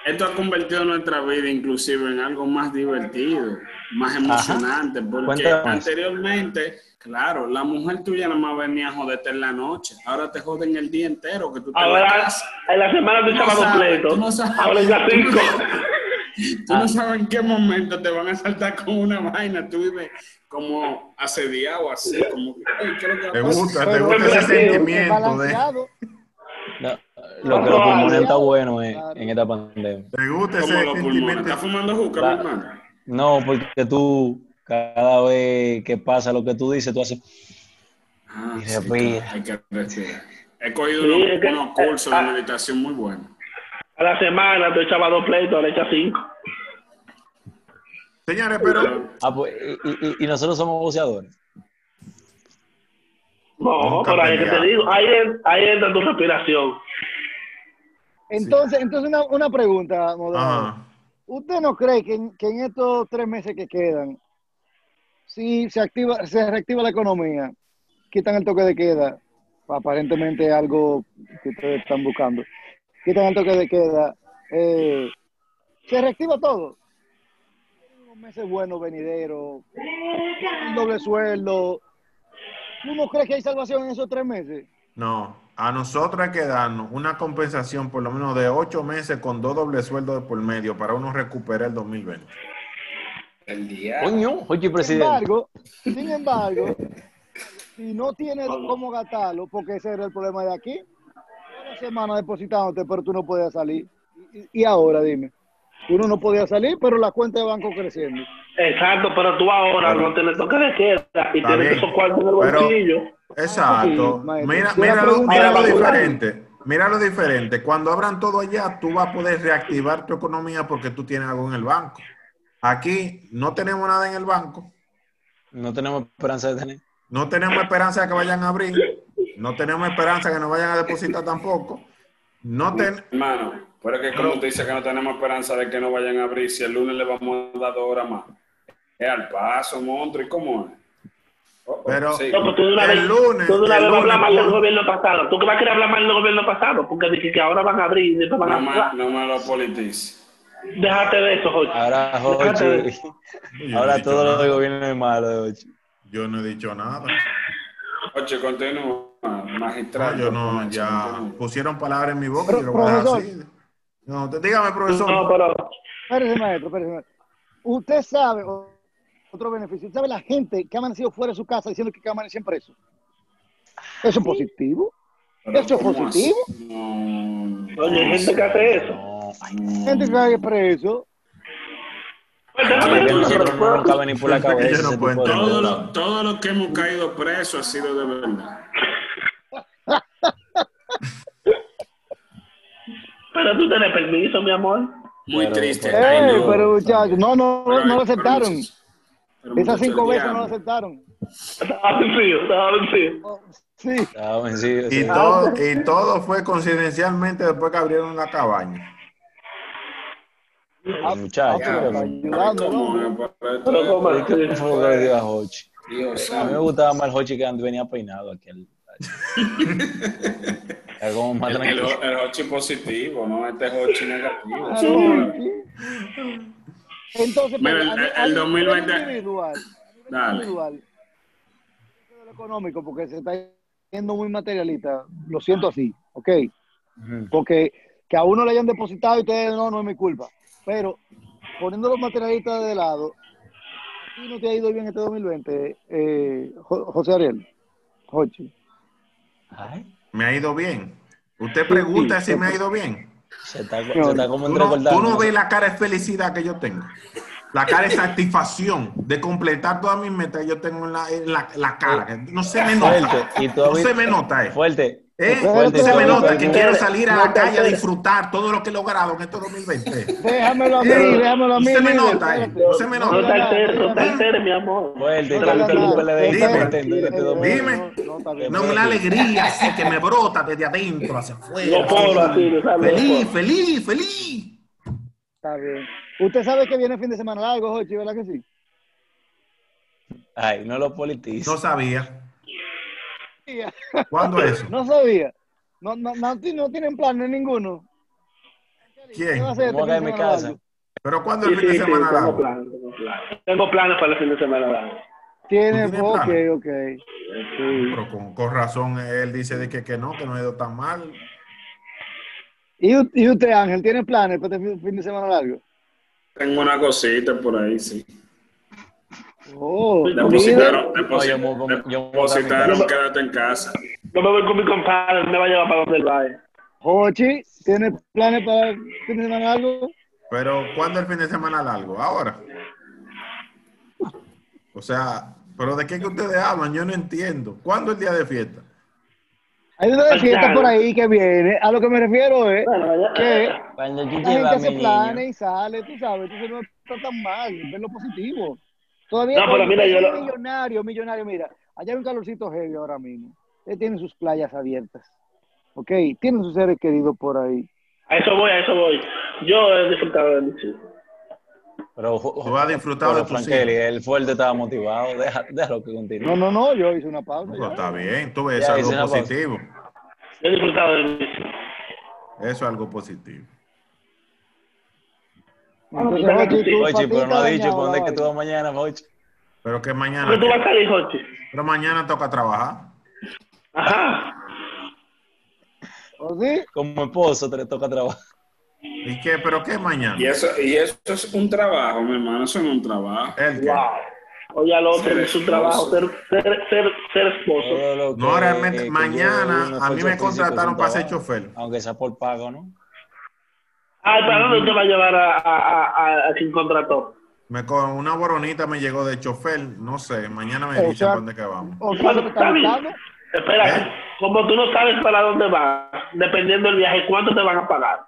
Speaker 5: esto ha convertido nuestra vida inclusive en algo más divertido, más emocionante, porque
Speaker 3: Cuéntanos.
Speaker 5: anteriormente, claro, la mujer tuya nada más venía a joderte en la noche, ahora te joden el día entero que tú te
Speaker 4: Ahora,
Speaker 5: levantas.
Speaker 4: en la semana
Speaker 5: Tú
Speaker 4: te
Speaker 5: no
Speaker 4: sábado
Speaker 5: sabes,
Speaker 4: completo.
Speaker 5: tú no sabes.
Speaker 4: Ahora ya
Speaker 5: Tú no
Speaker 4: cinco.
Speaker 5: sabes-
Speaker 3: Ah.
Speaker 5: Tú no sabes en qué momento te van a saltar con una vaina, tú vives como asediado así, como, "Ey, ¿qué es lo que va a
Speaker 1: Te
Speaker 5: pasar?"
Speaker 1: gusta, te
Speaker 2: Pero-
Speaker 1: gusta ese
Speaker 4: pero-
Speaker 1: sentimiento de.
Speaker 2: Balanceado.
Speaker 3: no, lo que los
Speaker 4: Claro.
Speaker 3: pulmones está bueno en,
Speaker 2: Claro.
Speaker 3: en esta pandemia.
Speaker 1: Te gusta
Speaker 5: Como
Speaker 1: ese
Speaker 5: los pulmones. ¿Estás
Speaker 1: sentimiento.
Speaker 5: fumando juca,
Speaker 3: Claro.
Speaker 5: mi hermano?
Speaker 3: No, porque tú, cada vez que pasa lo que tú dices, tú haces.
Speaker 5: Ah,
Speaker 3: Y
Speaker 5: sí,
Speaker 3: respira.
Speaker 5: hay que respirar. He cogido
Speaker 4: Sí,
Speaker 5: unos,
Speaker 4: es que-
Speaker 5: unos cursos de
Speaker 4: ah.
Speaker 5: meditación muy buenos.
Speaker 4: A la semana te echaba dos pleitos, ahora echa cinco.
Speaker 1: Señores, pero.
Speaker 5: Pero,
Speaker 3: Ah, pues, y, y- y nosotros somos buceadores.
Speaker 4: No,
Speaker 1: Nunca
Speaker 4: pero ahí es que
Speaker 1: peleaba.
Speaker 4: te digo, ahí, en- ahí entra tu respiración.
Speaker 2: Entonces, entonces una, una pregunta, moderado.
Speaker 1: Ajá.
Speaker 2: ¿Usted no cree que en, que en estos tres meses que quedan, si se activa, se reactiva la economía, quitan el toque de queda, aparentemente algo que ustedes están buscando, quitan el toque de queda, eh, se reactiva todo? Unos meses buenos venideros, un doble sueldo. ¿Tú no crees que hay salvación en esos tres meses?
Speaker 1: No. A nosotros hay que darnos una compensación por lo menos de ocho meses con dos dobles sueldos de por medio para uno recuperar el 2020.
Speaker 5: el día.
Speaker 3: Coño, Jochi
Speaker 2: Sin
Speaker 3: presidente.
Speaker 2: embargo, sin embargo, si no tienes cómo gastarlo, porque ese era el problema de aquí, una semana depositándote, pero tú no podías salir. Y, y ahora, dime, uno no podía salir, pero la cuenta de banco creciendo.
Speaker 4: Exacto, pero tú ahora
Speaker 1: Claro.
Speaker 4: no tienes toque de queda y
Speaker 1: Está
Speaker 4: tienes
Speaker 1: bien,
Speaker 4: esos cuartos en el
Speaker 1: pero-
Speaker 4: bolsillo.
Speaker 1: Exacto.
Speaker 2: Sí, maestro.
Speaker 1: Mira,
Speaker 2: Yo la
Speaker 1: mira, lo,
Speaker 2: pregunto-
Speaker 1: mira
Speaker 4: Ahora
Speaker 1: lo
Speaker 4: vamos.
Speaker 1: diferente. Mira lo diferente. Cuando abran todo allá, tú vas a poder reactivar tu economía porque tú tienes algo en el banco. Aquí no tenemos nada en el banco.
Speaker 3: No tenemos esperanza de tener.
Speaker 1: No tenemos esperanza de que vayan a abrir. No tenemos esperanza de que nos vayan a depositar tampoco. No ten...
Speaker 5: Hermano, pero que como tú dices que no tenemos esperanza de que no vayan a abrir, si el lunes le vamos a dar dos horas más. Es al paso, monstruo, ¿y cómo es? Oh, oh,
Speaker 1: Pero-
Speaker 5: sí.
Speaker 4: No, pues tú de una
Speaker 1: El
Speaker 4: vez,
Speaker 1: lunes,
Speaker 4: tú de una
Speaker 1: el
Speaker 4: vez vas a hablar
Speaker 1: lunes,
Speaker 4: mal del
Speaker 1: tú-
Speaker 4: gobierno pasado. ¿Tú qué vas a querer hablar mal del gobierno pasado? Porque dije que ahora van a abrir y después van a
Speaker 5: no, me,
Speaker 4: cerrar.
Speaker 5: no me lo politice.
Speaker 4: Déjate de eso, Jochi.
Speaker 3: Ahora,
Speaker 4: Déjate de
Speaker 3: Jochi,
Speaker 4: eso.
Speaker 1: Yo no he
Speaker 3: ahora
Speaker 1: dicho
Speaker 3: todo lo
Speaker 1: nada.
Speaker 3: de gobierno es malo, Jochi.
Speaker 1: Yo no he dicho nada.
Speaker 5: Ocho, continúa, magistrado.
Speaker 1: No, yo no, ya
Speaker 5: Continúa.
Speaker 1: pusieron palabras en mi boca.
Speaker 2: Pero,
Speaker 1: yo lo voy a dejar
Speaker 2: profesor.
Speaker 1: así. No, te- dígame, profesor.
Speaker 4: No, pero
Speaker 2: Espérese, maestro, espérese, maestro. Usted sabe, o- otro beneficio, ¿sabe la gente que ha amanecido fuera de su casa diciendo que amanecen presos? ¿Eso es positivo?
Speaker 5: Pero
Speaker 2: ¿Eso es
Speaker 5: ¿cómo
Speaker 2: positivo?
Speaker 5: así? No.
Speaker 4: Oye, hay gente que hace eso.
Speaker 3: No, ay,
Speaker 2: Gente que cae preso.
Speaker 4: Pues déjame
Speaker 3: que
Speaker 4: decirte una
Speaker 3: nosotros no nos
Speaker 4: cosa.
Speaker 3: cabe ni por la
Speaker 1: Yo no
Speaker 3: cabeza.
Speaker 1: puedo
Speaker 3: ese tipo de
Speaker 5: Todo
Speaker 3: cosas.
Speaker 5: lo, todo lo que hemos caído preso ha sido de verdad.
Speaker 4: Pero tú tenés permiso, mi amor.
Speaker 5: Muy
Speaker 3: Pero-
Speaker 5: triste.
Speaker 3: Ey,
Speaker 5: Ay,
Speaker 2: ¡Ey!
Speaker 5: no.
Speaker 2: Pero muchachos, no, no,
Speaker 5: Pero,
Speaker 2: no, no lo
Speaker 5: pero
Speaker 2: aceptaron.
Speaker 5: muchachos, pero
Speaker 2: Esas
Speaker 5: muchachos,
Speaker 2: cinco
Speaker 5: el
Speaker 2: veces no
Speaker 5: diablo.
Speaker 2: lo aceptaron.
Speaker 4: Estaba vencido, estaba vencido.
Speaker 2: Oh, Sí.
Speaker 3: Ah, bueno, sí, o
Speaker 1: Y
Speaker 3: sea,
Speaker 1: todo, y todo fue coincidencialmente después que abrieron la cabaña.
Speaker 3: el muchacho,
Speaker 2: Ah, pero-
Speaker 3: pero-
Speaker 2: ayudando,
Speaker 5: ¿Cómo es?
Speaker 4: Pero como
Speaker 5: Pero-
Speaker 4: así.
Speaker 3: ¿qué fue lo que le dio a Hochi?
Speaker 5: Dios
Speaker 3: A mí me
Speaker 5: santo.
Speaker 3: gustaba más el Hochi que and- venía peinado aquel. Era como más
Speaker 5: El, el,
Speaker 3: tranquilo.
Speaker 5: el Hochi positivo, no este Hochi negativo.
Speaker 2: Ah, no,
Speaker 5: Sí.
Speaker 2: sí. Entonces, pues,
Speaker 5: Mira, el-
Speaker 2: a nivel-
Speaker 5: el
Speaker 2: a nivel
Speaker 5: 2020.
Speaker 2: individual, a nivel
Speaker 5: Dale.
Speaker 2: individual, de lo económico, porque se está yendo muy materialista, lo siento así, ¿ok?
Speaker 3: Ujú.
Speaker 2: Porque que a uno le hayan depositado y ustedes no, no es mi culpa. Pero poniendo los materialistas de lado, ¿a ti no te ha ido bien este 2020, eh, Jo- José Ariel? Jochi.
Speaker 3: Ay,
Speaker 1: Me ha ido bien. Usted pregunta si me ha ido bien.
Speaker 3: se está, se
Speaker 2: Señor,
Speaker 3: está como
Speaker 1: Tú no,
Speaker 3: entrecortando.
Speaker 1: tú no ves la cara de felicidad que yo tengo. La cara de satisfacción de completar todas mis metas que yo tengo en la, en la- la cara. No se me nota.
Speaker 3: Fuerte, y tú has
Speaker 1: No se
Speaker 3: visto-
Speaker 1: me nota. eh.
Speaker 3: Fuerte.
Speaker 1: Eh,
Speaker 2: Fuerte,
Speaker 1: se me
Speaker 2: fuerte.
Speaker 1: nota que
Speaker 4: Fuerte.
Speaker 1: quiero salir a la
Speaker 4: Fuerte,
Speaker 1: calle a
Speaker 4: fuerte.
Speaker 1: disfrutar todo lo que he logrado en este 2020.
Speaker 2: Déjamelo a mí,
Speaker 1: Eh,
Speaker 2: déjamelo a mí.
Speaker 1: se me
Speaker 2: líder,
Speaker 1: nota, eh.
Speaker 2: espérate.
Speaker 1: se me
Speaker 4: No
Speaker 1: nota.
Speaker 4: te alteres, no te alteres, mi amor.
Speaker 3: Fuerte, que
Speaker 4: Dime.
Speaker 3: nunca el PLD está
Speaker 1: Dime.
Speaker 3: contento en este domingo.
Speaker 1: Dime.
Speaker 2: No, está bien.
Speaker 1: No, una alegría así que me brota desde adentro hacia afuera.
Speaker 4: Los poros así, tú sabes, los
Speaker 1: Feliz,
Speaker 4: poros.
Speaker 1: feliz, feliz.
Speaker 2: Está bien. Usted sabe que viene fin de semana largo, Jochi, ¿verdad que sí?
Speaker 3: Ay, no lo politices.
Speaker 1: No sabía. ¿Cuándo es eso?
Speaker 2: No sabía. No, no, no, ti- no tienen planes ninguno. ¿Qué
Speaker 1: ¿Quién?
Speaker 2: va a hacer este
Speaker 3: Vamos a
Speaker 2: fin de
Speaker 3: caer en mi
Speaker 2: semana
Speaker 3: casa.
Speaker 2: largo?
Speaker 1: ¿Pero cuándo
Speaker 4: Sí,
Speaker 1: el fin de
Speaker 4: sí, sí,
Speaker 1: semana
Speaker 4: tengo
Speaker 1: largo?
Speaker 4: planes, tengo planes. Tengo planes para el fin de semana. largo.
Speaker 2: Tiene,
Speaker 1: ¿Tú tienes
Speaker 2: ok,
Speaker 1: planes?
Speaker 2: ok. Sí.
Speaker 1: Pero con, con razón él dice de que, que no, que no ha ido tan mal.
Speaker 2: ¿Y, u- y usted, Ángel, tiene planes para este fin- fin de semana largo?
Speaker 5: Tengo una cosita por ahí, sí.
Speaker 2: Oh, mira.
Speaker 5: Depositaron,
Speaker 3: yo
Speaker 5: depositaron,
Speaker 3: me voy con- yo me voy
Speaker 5: depositaron
Speaker 4: con-
Speaker 5: quédate en casa.
Speaker 4: Yo me voy con mi compadre, él me va a llevar para donde él vaya.
Speaker 2: Jochi, ¿tiene planes para el fin de semana largo?
Speaker 1: Pero ¿cuándo el fin de semana largo? Ahora. O sea, ¿pero de qué que ustedes hablan? Yo no entiendo. ¿Cuándo el día de fiesta?
Speaker 2: Hay una
Speaker 4: Pues
Speaker 2: fiesta
Speaker 4: claro.
Speaker 2: por ahí que viene. A lo que me refiero es
Speaker 4: Bueno, eh, ya-
Speaker 2: que
Speaker 3: Cuando yo
Speaker 2: la gente
Speaker 3: lleve a mi
Speaker 2: hace
Speaker 3: niño.
Speaker 2: planes y sale, tú sabes, entonces no está tan mal, ver lo positivo. Todavía
Speaker 4: No, pero
Speaker 2: todavía
Speaker 4: mira, yo
Speaker 2: hay
Speaker 4: lo-
Speaker 2: millonario, millonario, mira, allá hay un calorcito heavy ahora mismo. Ustedes tienen sus playas abiertas, ¿ok? Tienen sus seres queridos por ahí.
Speaker 4: A eso voy, a eso voy. Yo he disfrutado de mis hijos.
Speaker 3: Pero, jo-
Speaker 1: Tú has disfrutado
Speaker 3: pero,
Speaker 1: de tus
Speaker 3: Frankeli, el fuerte estaba motivado. Deja- Déjalo que continúe.
Speaker 2: No, no, no, yo hice una pausa.
Speaker 1: No, pero
Speaker 2: ya.
Speaker 1: está bien, tú ves,
Speaker 3: Ya,
Speaker 1: eso es
Speaker 3: hice una
Speaker 1: algo
Speaker 3: pausa.
Speaker 1: positivo.
Speaker 4: Yo he disfrutado de mis hijos.
Speaker 1: Eso es algo positivo.
Speaker 2: Entonces,
Speaker 4: Ah,
Speaker 2: Jochi, tú,
Speaker 3: Ochi, pero no
Speaker 2: patita
Speaker 3: ha dicho
Speaker 2: dañada,
Speaker 3: por dónde es que
Speaker 2: vaya.
Speaker 3: tú vas mañana, Ochi.
Speaker 1: Pero que
Speaker 5: Ah,
Speaker 1: mañana,
Speaker 4: Pero tú vas a salir, Jochi.
Speaker 1: pero mañana toca trabajar.
Speaker 4: Ajá.
Speaker 2: ¿O sí?
Speaker 3: Como esposo te le toca trabajar.
Speaker 1: ¿Y qué? ¿Pero qué mañana?
Speaker 5: Y eso, y eso es un trabajo, mi hermano, eso no es un trabajo.
Speaker 1: ¿El qué?
Speaker 4: Wow. Oye, al otro,
Speaker 5: Ser
Speaker 4: es su
Speaker 5: esposo.
Speaker 4: trabajo, ser, ser, ser, ser esposo.
Speaker 3: Todo lo
Speaker 1: No,
Speaker 3: que-
Speaker 1: realmente,
Speaker 3: que
Speaker 1: mañana
Speaker 3: lleve un
Speaker 1: a mí me
Speaker 3: esfuerzo físico
Speaker 1: contrataron
Speaker 3: es un
Speaker 1: para ser
Speaker 3: trabajo.
Speaker 1: chofer.
Speaker 3: Aunque sea por pago, ¿no?
Speaker 4: Ay, ¿para dónde te va a llevar a, a, a, a, a quien contrató?
Speaker 1: Me con una boronita me llegó de chofer, no sé, mañana me
Speaker 2: O
Speaker 1: dicen
Speaker 2: sea-
Speaker 1: para dónde que vamos.
Speaker 2: ¿O sí?
Speaker 4: Bueno,
Speaker 2: ¿Te
Speaker 4: está
Speaker 2: está
Speaker 4: bien.
Speaker 2: gustando?
Speaker 4: Espera,
Speaker 1: ¿Eh?
Speaker 4: como tú no sabes para dónde vas, dependiendo del viaje, ¿cuánto te van a pagar?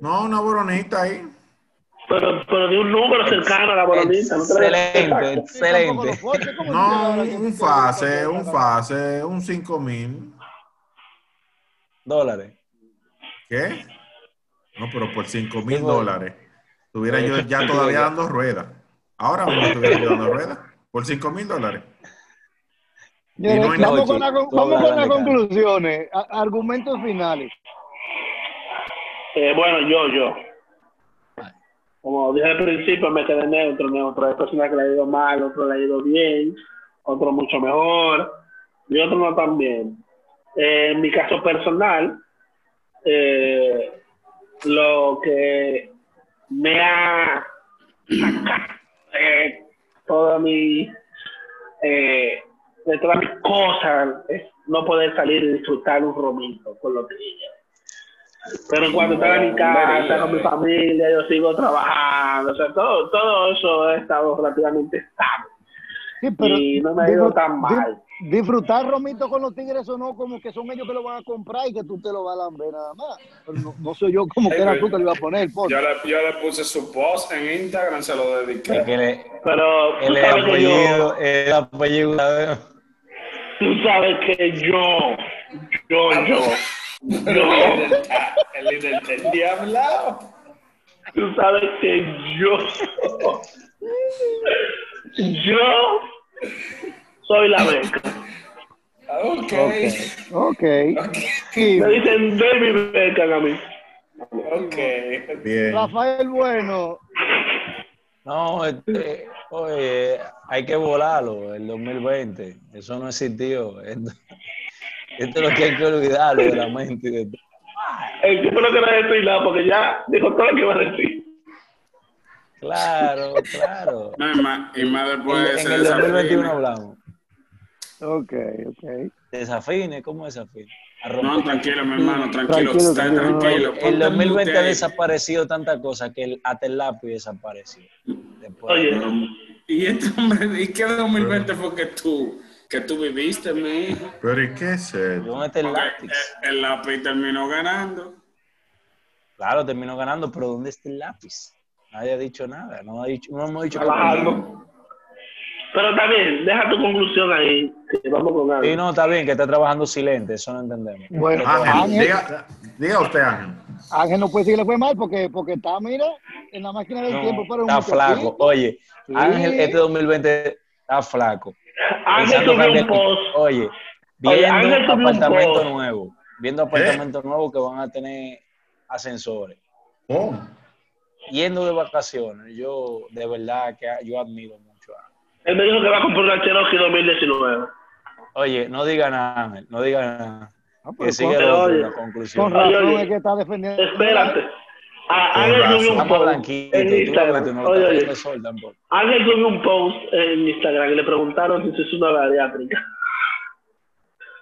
Speaker 1: No, una boronita ahí.
Speaker 4: Pero, pero de un número cercano a la bolonita. ¿no te la-
Speaker 3: Excelente,
Speaker 4: Exacto.
Speaker 2: Tampoco los
Speaker 3: excelente.
Speaker 2: Jochi, ¿cómo tú
Speaker 1: No,
Speaker 2: llegas a
Speaker 1: un,
Speaker 2: la-
Speaker 1: un fase, un fase, un 5 mil.
Speaker 3: Dólares.
Speaker 1: ¿Qué? No, pero por 5 mil
Speaker 3: Sí, voy.
Speaker 1: dólares. Estuviera yo ya todavía dando ruedas. Ahora mismo estuviera yo dando ruedas. Por 5 mil dólares.
Speaker 2: Señores,
Speaker 1: Y no hay
Speaker 2: vamos
Speaker 3: noche,
Speaker 2: con, la-
Speaker 3: todo
Speaker 2: vamos con las
Speaker 3: grande, cara.
Speaker 2: conclusiones, a- argumentos finales.
Speaker 4: Eh, bueno, yo, yo. como dije al principio, me quedé neutro, neutro. Hay personas que le ha ido mal, otro le ha ido bien, otro mucho mejor y otro no tan bien. Eh, en mi caso personal, eh, lo que me ha sacado eh, toda mi, eh, de todas mis cosas es no poder salir y disfrutar un romito con los niños. Pero en cuanto estaba en mi casa, con mi familia, yo sigo trabajando. O sea, todo, todo eso he estado relativamente estable.
Speaker 2: Sí, pero
Speaker 4: Y no me ha ido tan mal.
Speaker 2: di- disfrutar romito con los tigres o no, como que son ellos que lo van a comprar y que tú te lo vas a lamber nada más. Pero no, no soy yo como
Speaker 5: Sí,
Speaker 2: que era
Speaker 5: pero-
Speaker 2: tú que lo iba a poner. pues. por.
Speaker 5: Yo le, yo le puse su post en Instagram, se lo
Speaker 3: Es
Speaker 5: dediqué.
Speaker 3: que le-
Speaker 4: Pero tú
Speaker 3: el
Speaker 4: sabes que yo,
Speaker 3: apellido, el apellido, ¿sabes?
Speaker 4: tú sabes que yo, yo, yo, yo,
Speaker 5: El líder del diablo.
Speaker 4: tú sabes que yo, yo soy la beca.
Speaker 5: Ok.
Speaker 2: Ok. Sí,
Speaker 4: Me dicen David Beckham a mí.
Speaker 5: Ok.
Speaker 1: Bien.
Speaker 2: Rafael Bueno,
Speaker 3: No, este, oye, hay que volarlo, el 2020. Eso no existió. Esto, esto es lo que hay que olvidarlo de la mente. y de todo.
Speaker 4: El tipo no quiere decir nada porque ya dijo todo lo que iba a decir.
Speaker 3: Claro, claro.
Speaker 5: No, y más, y más después de
Speaker 3: En,
Speaker 5: ese
Speaker 3: en el
Speaker 5: desafío.
Speaker 3: 2021
Speaker 5: ¿no?
Speaker 3: hablamos.
Speaker 2: ok, ok.
Speaker 3: Desafine, ¿cómo desafine? A romper.
Speaker 5: No, tranquilo, mi hermano, tranquilo,
Speaker 2: Tranquilo,
Speaker 5: está
Speaker 2: tranquilo, no, no,
Speaker 5: tranquilo.
Speaker 3: El-
Speaker 5: Ponte
Speaker 3: el 2020 ha
Speaker 5: mute ahí.
Speaker 3: desaparecido tanta cosa que el, hasta el lápiz desapareció. Después,
Speaker 4: Oye,
Speaker 5: Y este hombre, ¿y qué 2020 fue que tú, que tú viviste, mi hijo?
Speaker 1: Pero ¿y qué es esto?
Speaker 3: ¿dónde está el
Speaker 5: Porque
Speaker 3: este lápiz?
Speaker 4: eh.
Speaker 5: el- el lápiz terminó ganando.
Speaker 3: Claro, terminó ganando, pero ¿dónde está el lápiz? Nadie ha dicho nada, no, ha dicho, no hemos dicho
Speaker 4: trabajando. Pero también, deja tu conclusión ahí, que vamos con
Speaker 3: Y
Speaker 4: algo.
Speaker 3: no, está bien que está trabajando silente, eso no entendemos. Este,
Speaker 2: Bueno, ah,
Speaker 1: Ángel,
Speaker 2: Ángel,
Speaker 1: diga, diga usted, Ángel.
Speaker 2: Ángel no puede decir que le fue mal porque, porque está, mira, en la máquina del
Speaker 3: No,
Speaker 2: tiempo, pero es un
Speaker 3: está flaco.
Speaker 2: muchachito.
Speaker 3: Oye,
Speaker 2: Sí.
Speaker 3: Ángel, este 2020 está flaco.
Speaker 4: Ángel
Speaker 3: Pensando
Speaker 4: subió
Speaker 3: que-
Speaker 4: un post.
Speaker 3: Oye,
Speaker 4: Oye,
Speaker 3: viendo
Speaker 4: Ángel subió un
Speaker 3: apartamentos
Speaker 4: post. ¿Eh?
Speaker 3: nuevos, viendo apartamentos nuevos que van a tener ascensores.
Speaker 1: Oh,
Speaker 3: Yendo de vacaciones, yo de verdad que yo admiro mucho a
Speaker 4: Él me dijo que va a comprar una Cherokee 2019.
Speaker 3: Oye, no diga nada, Ángel, no diga nada.
Speaker 2: Ah,
Speaker 3: Que
Speaker 2: pues,
Speaker 3: sigue
Speaker 2: con-
Speaker 3: lo otro,
Speaker 4: oye,
Speaker 3: la
Speaker 2: Con
Speaker 3: conclusión.
Speaker 4: oye,
Speaker 2: razón
Speaker 4: oye.
Speaker 2: es que está defendiendo.
Speaker 4: Espérate. A- Ángel
Speaker 1: razón.
Speaker 4: subió un
Speaker 3: Estamos
Speaker 4: post
Speaker 3: blanquitos,
Speaker 4: en
Speaker 3: tú lo ves, tú
Speaker 4: Instagram.
Speaker 3: no
Speaker 4: Oye,
Speaker 3: lo
Speaker 4: oye.
Speaker 3: estás sol tampoco.
Speaker 4: Ángel subió un post en Instagram y le preguntaron si se hizo una bariátrica.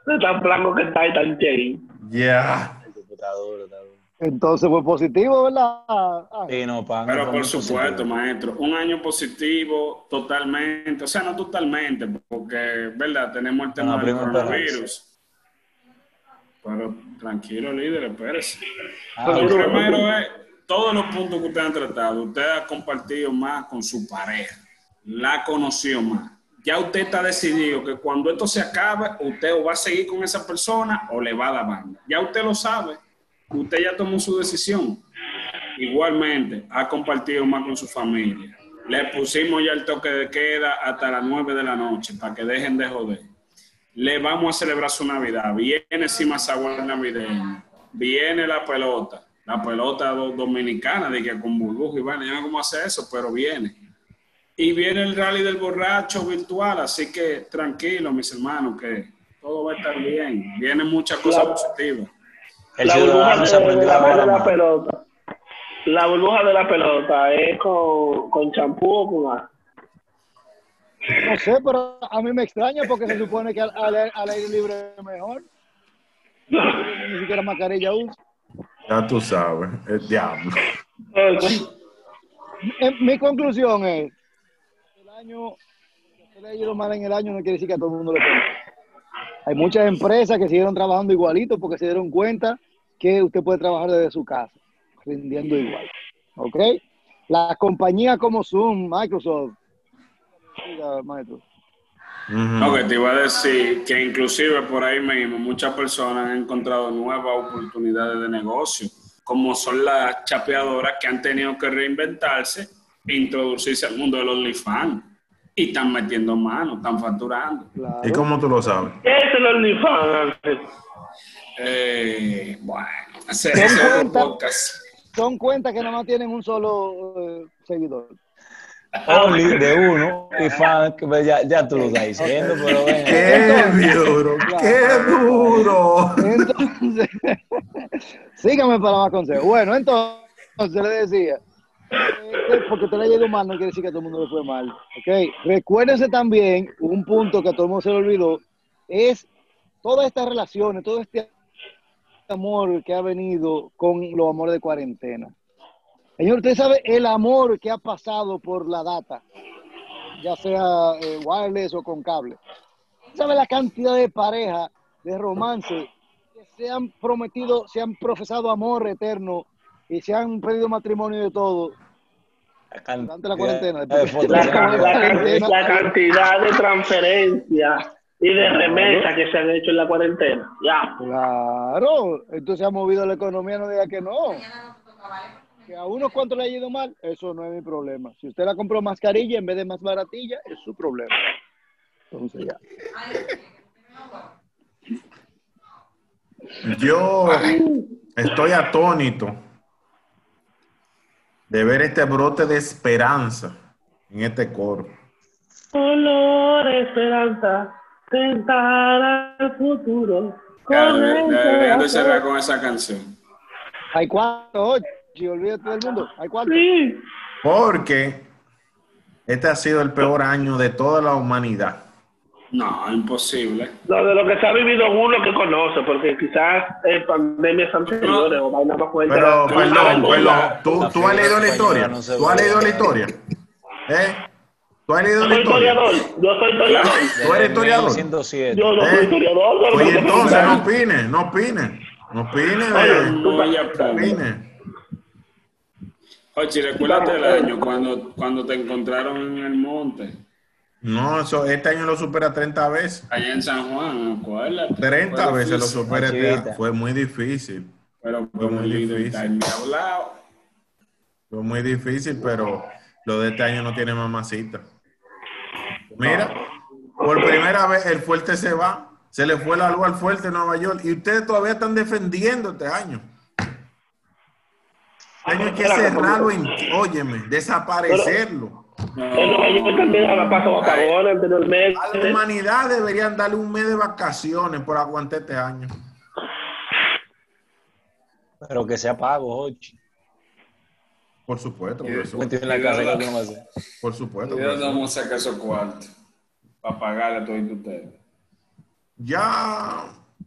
Speaker 4: De tan blanco que está y tan chévere.
Speaker 1: ya.
Speaker 3: El computador, está duro.
Speaker 2: Entonces fue positivo, ¿verdad? Ah, Ángel?
Speaker 3: Sí, no, para
Speaker 5: Pero por supuesto, maestro, un año positivo totalmente, o sea, no totalmente, porque, ¿verdad? Tenemos el
Speaker 3: No,
Speaker 5: tema del
Speaker 3: primero está
Speaker 5: coronavirus. Pero tranquilo, líder, espérese.
Speaker 3: Ah,
Speaker 5: Lo
Speaker 4: Pero-
Speaker 5: primero es, todos los puntos que usted han tratado, usted ha compartido más con su pareja, la conoció más. Ya usted está decidido que cuando esto se acabe, usted o va a seguir con esa persona o le va a dar banda. Ya usted lo sabe, usted ya tomó su decisión. Igualmente, ha compartido más con su familia. Le pusimos ya el toque de queda hasta las 9 de la noche para que dejen de joder. Le vamos a celebrar su Navidad. Viene Cima Sabor Navideño. Viene la pelota. La pelota do- dominicana, de que con burbuja y van, yo no sé cómo hace eso, pero viene. Y viene el rally del borracho virtual, así que tranquilo, mis hermanos, que todo va a estar bien. Vienen muchas cosas
Speaker 4: Claro.
Speaker 5: positivas.
Speaker 3: El
Speaker 4: la burbuja
Speaker 3: ciudadano se
Speaker 4: de, de
Speaker 3: aprendió
Speaker 4: la,
Speaker 3: la
Speaker 4: de
Speaker 3: bola
Speaker 4: la
Speaker 3: más.
Speaker 4: pelota. La burbuja de la pelota es con con champú o con agua.
Speaker 2: No sé, pero a mí me extraña porque se supone que al, al- al aire libre es mejor. Ni siquiera mascarilla uso.
Speaker 1: Ya tú sabes, el diablo.
Speaker 2: Eh, mi conclusión es: el año, que usted le ha ido mal en el año no quiere decir que a todo el mundo le pega. Hay muchas empresas que siguieron trabajando igualito porque se dieron cuenta que usted puede trabajar desde su casa, rindiendo igual. ¿Ok? Las compañías como Zoom, Microsoft, diga, maestro.
Speaker 1: Ujú.
Speaker 5: No, que te iba a decir que inclusive por ahí mismo muchas personas han encontrado nuevas oportunidades de negocio, como son las chapeadoras que han tenido que reinventarse e introducirse al mundo de los OnlyFans. Y están metiendo manos, están facturando.
Speaker 2: Claro.
Speaker 1: ¿Y cómo tú lo sabes?
Speaker 4: ¿Qué es el OnlyFans? Ángel?
Speaker 5: Eh, bueno, ese
Speaker 2: Ten
Speaker 5: ese es otro
Speaker 2: cuenta.
Speaker 5: podcast.
Speaker 2: son cuentas que nada más tienen un solo eh, seguidor.
Speaker 3: Only de uno y fan, pues ya, ya tú lo estás diciendo, pero
Speaker 1: Eh,
Speaker 3: venga.
Speaker 1: ¡Qué duro! ¡Qué duro!
Speaker 2: Entonces, sígame para más consejos. Bueno, entonces le decía, eh, que porque te le haya ido mal no quiere decir que a todo el mundo le fue mal. ¿ok? Recuérdense también un punto que a todo el mundo se le olvidó, es todas estas relaciones, todo este amor que ha venido con los amores de cuarentena. Señor, usted sabe el amor que ha pasado por la data, ya sea eh, wireless o con cable. ¿Usted sabe la cantidad de parejas de romance que se han prometido, se han profesado amor eterno y se han pedido matrimonio de todo
Speaker 3: La cantidad
Speaker 2: durante la cuarentena?
Speaker 3: de
Speaker 2: después-
Speaker 3: fotos.
Speaker 4: La, ca- la ca- la cantidad de transferencias y de remesas que se han hecho en la cuarentena. Ya.
Speaker 2: Claro, entonces ha movido la economía, no diga que no. Que a unos cuantos le ha ido mal, eso no es mi problema. Si usted la compró mascarilla en vez de más baratilla, es su problema. Entonces ya.
Speaker 1: Yo estoy atónito de ver este brote de esperanza en este coro.
Speaker 4: Color, esperanza, tentar al futuro.
Speaker 5: Ya, de- de- deja de cerrar con esa canción.
Speaker 2: Hay cuatro, oye, olvídate del mundo. Hay cuatro.
Speaker 4: Sí.
Speaker 1: Porque este ha sido el peor año de toda la humanidad.
Speaker 5: No, imposible.
Speaker 4: No, de lo que se ha vivido uno que conoce, porque quizás en pandemias anteriores o vainas más fuertes.
Speaker 1: Pero,
Speaker 5: Tú
Speaker 1: perdón,
Speaker 5: sabes,
Speaker 1: perdón. ¿Tú,
Speaker 3: la
Speaker 1: tú has
Speaker 3: figura
Speaker 1: leído la
Speaker 3: española
Speaker 1: historia?
Speaker 3: no se
Speaker 1: ¿Tú has
Speaker 3: ve.
Speaker 1: leído la historia? ¿Eh? ¿Tú has leído
Speaker 4: Yo soy
Speaker 1: la historia?
Speaker 4: historiador, yo soy historiador.
Speaker 1: ¿Tú eres historiador?
Speaker 3: 1907.
Speaker 4: Yo no
Speaker 1: Eh,
Speaker 4: soy historiador. no,
Speaker 1: Oye,
Speaker 4: no,
Speaker 1: entonces,
Speaker 4: no.
Speaker 1: no opines, no opines. No opines,
Speaker 4: Oye,
Speaker 1: bebé,
Speaker 5: No, ya,
Speaker 1: no opines.
Speaker 5: Oye, recuérdate el año cuando, cuando te encontraron en el monte,
Speaker 1: No, eso, este año lo supera 30 veces.
Speaker 5: allá en San Juan, acuérdate.
Speaker 1: 30
Speaker 5: Fue
Speaker 1: veces lo
Speaker 5: difícil,
Speaker 1: supera este año.
Speaker 3: Chivita.
Speaker 1: Fue muy difícil.
Speaker 5: Pero
Speaker 1: Fue
Speaker 5: fue
Speaker 1: muy
Speaker 5: muy lindo y
Speaker 1: difícil.
Speaker 5: tal, me ha hablado.
Speaker 1: Fue muy difícil, pero lo de este año no tiene mamacita. Mira, por primera vez el fuerte se va. Se le fue la luz al fuerte en Nueva York. Y ustedes todavía están defendiendo este año. Este año hay que cerrarlo, en, óyeme, desaparecerlo.
Speaker 4: En Nueva York también a la paso vacabones anteriormente.
Speaker 1: A la humanidad deberían darle un mes de vacaciones por aguantar este año.
Speaker 3: Pero que sea pago, Jochi.
Speaker 1: Por supuesto, por supuesto.
Speaker 3: Metido en la casa, ¿qué tú no vas a hacer?
Speaker 1: Por supuesto. por
Speaker 5: Yo no
Speaker 1: supuesto.
Speaker 5: vamos a sacar esos cuartos para pagarle a todos ustedes.
Speaker 1: ya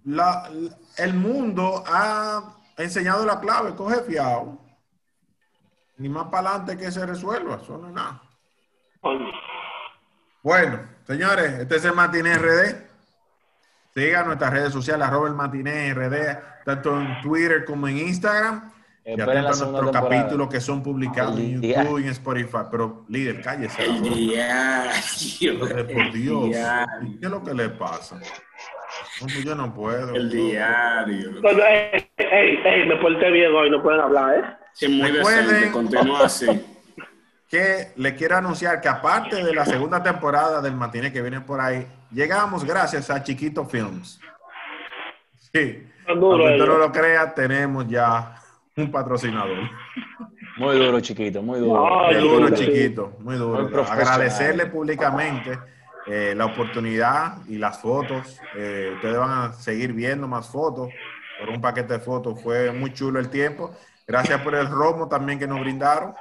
Speaker 1: la- la- el mundo ha enseñado la clave, coge fiado. Ni más para adelante que se resuelva, eso no es nada. Bueno, señores, este es el Matiné RD. Sigan nuestras redes sociales, arroba el Matiné RD, tanto en Twitter como en Instagram. Y
Speaker 3: Esperen Eh, la
Speaker 1: atentos a
Speaker 3: segunda
Speaker 1: nuestros
Speaker 3: temporada.
Speaker 1: capítulos que son publicados en
Speaker 3: Ya.
Speaker 1: YouTube y en Spotify. Pero, líder, cállese. por favor.
Speaker 5: Ya, tío,
Speaker 1: Pero, eh, Por Dios,
Speaker 5: Ya.
Speaker 1: ¿qué es lo que le pasa? No, pues yo no puedo.
Speaker 5: el diario.
Speaker 4: Bueno, ey, ey, ey, me porté bien hoy, no pueden hablar, ¿eh?
Speaker 5: Que muy
Speaker 1: Recuerden-
Speaker 5: decente, continúa así.
Speaker 1: que le quiero anunciar que aparte de la segunda temporada del matiné que viene por ahí, llegamos gracias a Chiquito Films. Sí,
Speaker 4: Son
Speaker 1: aunque
Speaker 4: duros
Speaker 1: usted no
Speaker 4: ellos.
Speaker 1: lo crea, tenemos ya un patrocinador.
Speaker 3: Muy duro, chiquito, muy duro.
Speaker 4: Ay,
Speaker 1: muy duro,
Speaker 4: duro, sí.
Speaker 1: Chiquito, muy duro.
Speaker 3: Muy profesional.
Speaker 1: Agradecerle públicamente eh, la oportunidad y las fotos. Eh, ustedes van a seguir viendo más fotos por un paquete de fotos. Fue muy chulo el tiempo. Gracias por el romo también que nos brindaron.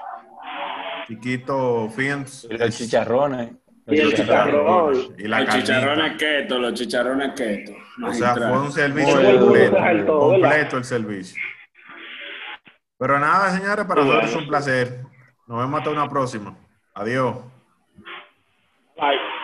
Speaker 1: Chiquito Films.
Speaker 3: Y los chicharrones.
Speaker 4: Y el chicharrón.
Speaker 1: Y la
Speaker 5: Los
Speaker 1: carnita.
Speaker 5: chicharrones keto, los chicharrones keto.
Speaker 1: O sea, fue un servicio
Speaker 3: Muy duro,
Speaker 1: completo.
Speaker 3: muy
Speaker 4: alto,
Speaker 1: Completo
Speaker 4: ¿verdad?
Speaker 1: el servicio. Pero nada, señores, para nosotros es un placer. Nos vemos hasta una próxima. Adiós.
Speaker 4: Bye.